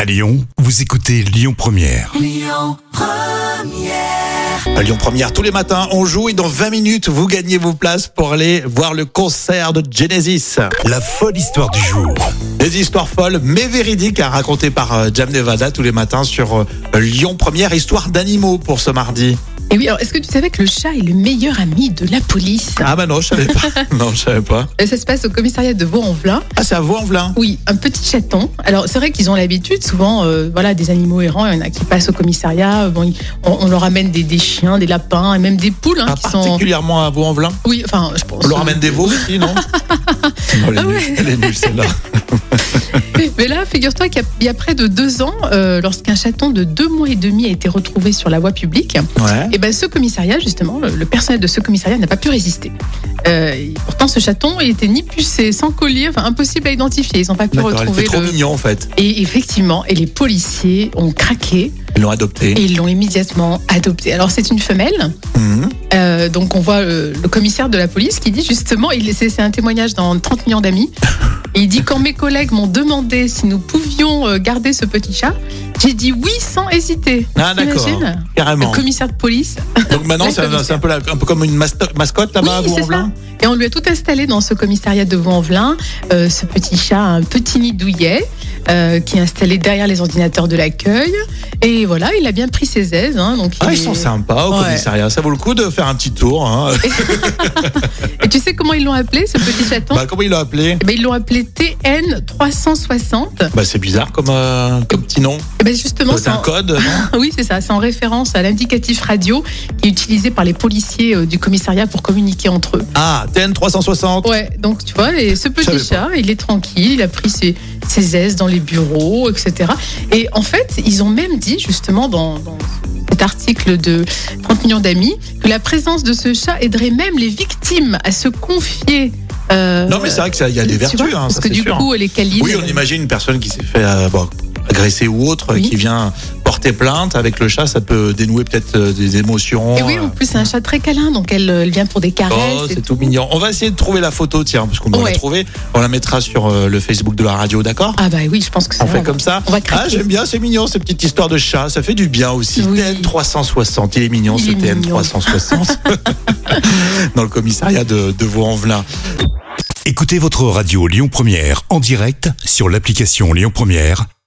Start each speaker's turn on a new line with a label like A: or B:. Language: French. A: À Lyon, vous écoutez Lyon Première.
B: À Lyon Première, tous les matins, on joue et dans 20 minutes, vous gagnez vos places pour aller voir le concert de Genesis.
A: La folle histoire du jour.
B: Des histoires folles mais véridiques à raconter par euh, Jam Nevada tous les matins sur euh, Lyon Première, histoire d'animaux pour ce mardi.
C: Et oui, alors est-ce que tu savais que le chat est le meilleur ami de la police
B: Ah bah non, je savais pas. Non, je savais pas.
C: Euh, Ça se passe au commissariat de Vaux-en-Velin.
B: Ah, c'est à Vaux-en-Velin.
C: Oui, un petit chaton. Alors c'est vrai qu'ils ont l'habitude, souvent, euh, voilà, des animaux errants. Il y en a qui passent au commissariat. euh, Bon, ils- on, on leur ramène des, des chiens, des lapins et même des poules hein,
B: Pas
C: qui sont.
B: Ah, particulièrement à Vaux-en-Velin.
C: Oui, enfin, je pense.
B: On leur ramène des veaux aussi, non Oh, elle est
C: Ah
B: nulle,
C: ouais.
B: elle est nulle, celle-là.
C: Mais là, figure-toi qu'il y a- il y, a près de deux ans, euh, lorsqu'un chaton de deux mois et demi a été retrouvé sur la voie publique,
B: Ouais.
C: Et ben ce commissariat, justement, le, le personnel de ce commissariat n'a pas pu résister. Euh, et pourtant, ce chaton, il était ni pucé, sans collier, enfin, impossible à identifier. Ils n'ont pas pu
B: D'accord, elle était
C: retrouver
B: trop
C: le.
B: mignon en fait.
C: Et effectivement, et les policiers ont craqué
B: Ils l'ont adopté.
C: et ils l'ont immédiatement adopté. Alors c'est une femelle,
B: Mhm.
C: euh, donc on voit euh, le commissaire de la police qui dit justement, il c'est c'est un témoignage dans 30 millions d'amis, et il dit quand mes collègues m'ont demandé si nous pouvions euh, garder ce petit chat, j'ai dit oui sans hésiter.
B: Ah d'accord,
C: T'imagines Le
B: carrément.
C: commissaire de police
B: Donc maintenant,
C: Le
B: c'est un,
C: commissaire.
B: c'est un peu la- un peu comme une masto- mascotte là-bas à
C: Oui, c'est
B: Vaux-en-Velin
C: ça. Et on lui a tout installé dans ce commissariat de Vaux-en-Velin. Euh, ce petit chat a un petit nid douillet euh, qui est installé derrière les ordinateurs de l'accueil. Et voilà, il a bien pris ses aises. hein, donc
B: Ah,
C: il
B: ils
C: est-
B: sont sympas au
C: Ouais.
B: commissariat. Ça vaut le coup de faire un petit tour. Hein.
C: Et tu sais comment ils l'ont appelé, ce petit chaton
B: Bah, comment il l'a appelé
C: Eh ben, Ils l'ont appelé TN360.
B: bah, C'est bizarre comme, euh, comme petit nom. Euh,
C: Eh ben, justement,
B: Bah, C'est
C: c'est
B: un
C: en...
B: code. non
C: oui, c'est ça. C'est en référence à l'indicatif radio qui est utilisé par les policiers euh, du commissariat pour communiquer entre eux.
B: Ah, TN360.
C: Ouais, donc tu vois, et ce
B: savais
C: petit
B: pas.
C: chat, il est tranquille, il a pris ses, ses aises dans les bureaux, etc. Et en fait, ils ont même dit, justement, dans, dans cet article de 30 millions d'amis, que la présence de ce chat aiderait même les victimes à se confier. euh,
B: Non, mais c'est vrai qu'il y a des
C: tu vois,
B: vertus. Hein,
C: parce
B: ça,
C: que
B: c'est
C: du
B: sûr.
C: coup, les câlines.
B: oui, on imagine une personne qui s'est fait euh, bon, agresser ou autre,
C: Oui.
B: qui vient porter plainte. Avec le chat, ça peut dénouer peut-être euh, des émotions.
C: Et oui, en plus, c'est un chat très câlin, donc elle, elle vient pour des caresses.
B: Oh,
C: et
B: c'est tout mignon. On va essayer de trouver la photo, tiens, parce qu'on doit la
C: Ouais.
B: trouver. On la mettra sur euh, le Facebook de la radio, d'accord
C: Ah, bah oui, je pense que ça
B: On fait
C: va.
B: comme ça.
C: On va
B: Ah,
C: craquer.
B: j'aime bien, c'est mignon, ces petites histoires de chat. Ça fait du bien aussi.
C: Oui.
B: TN360, il est mignon,
C: Il
B: ce
C: est mignon.
B: TN360. Dans le commissariat de, de Vaux-en-Velin.
A: Écoutez votre radio Lyon Première en direct sur l'application Lyon Première,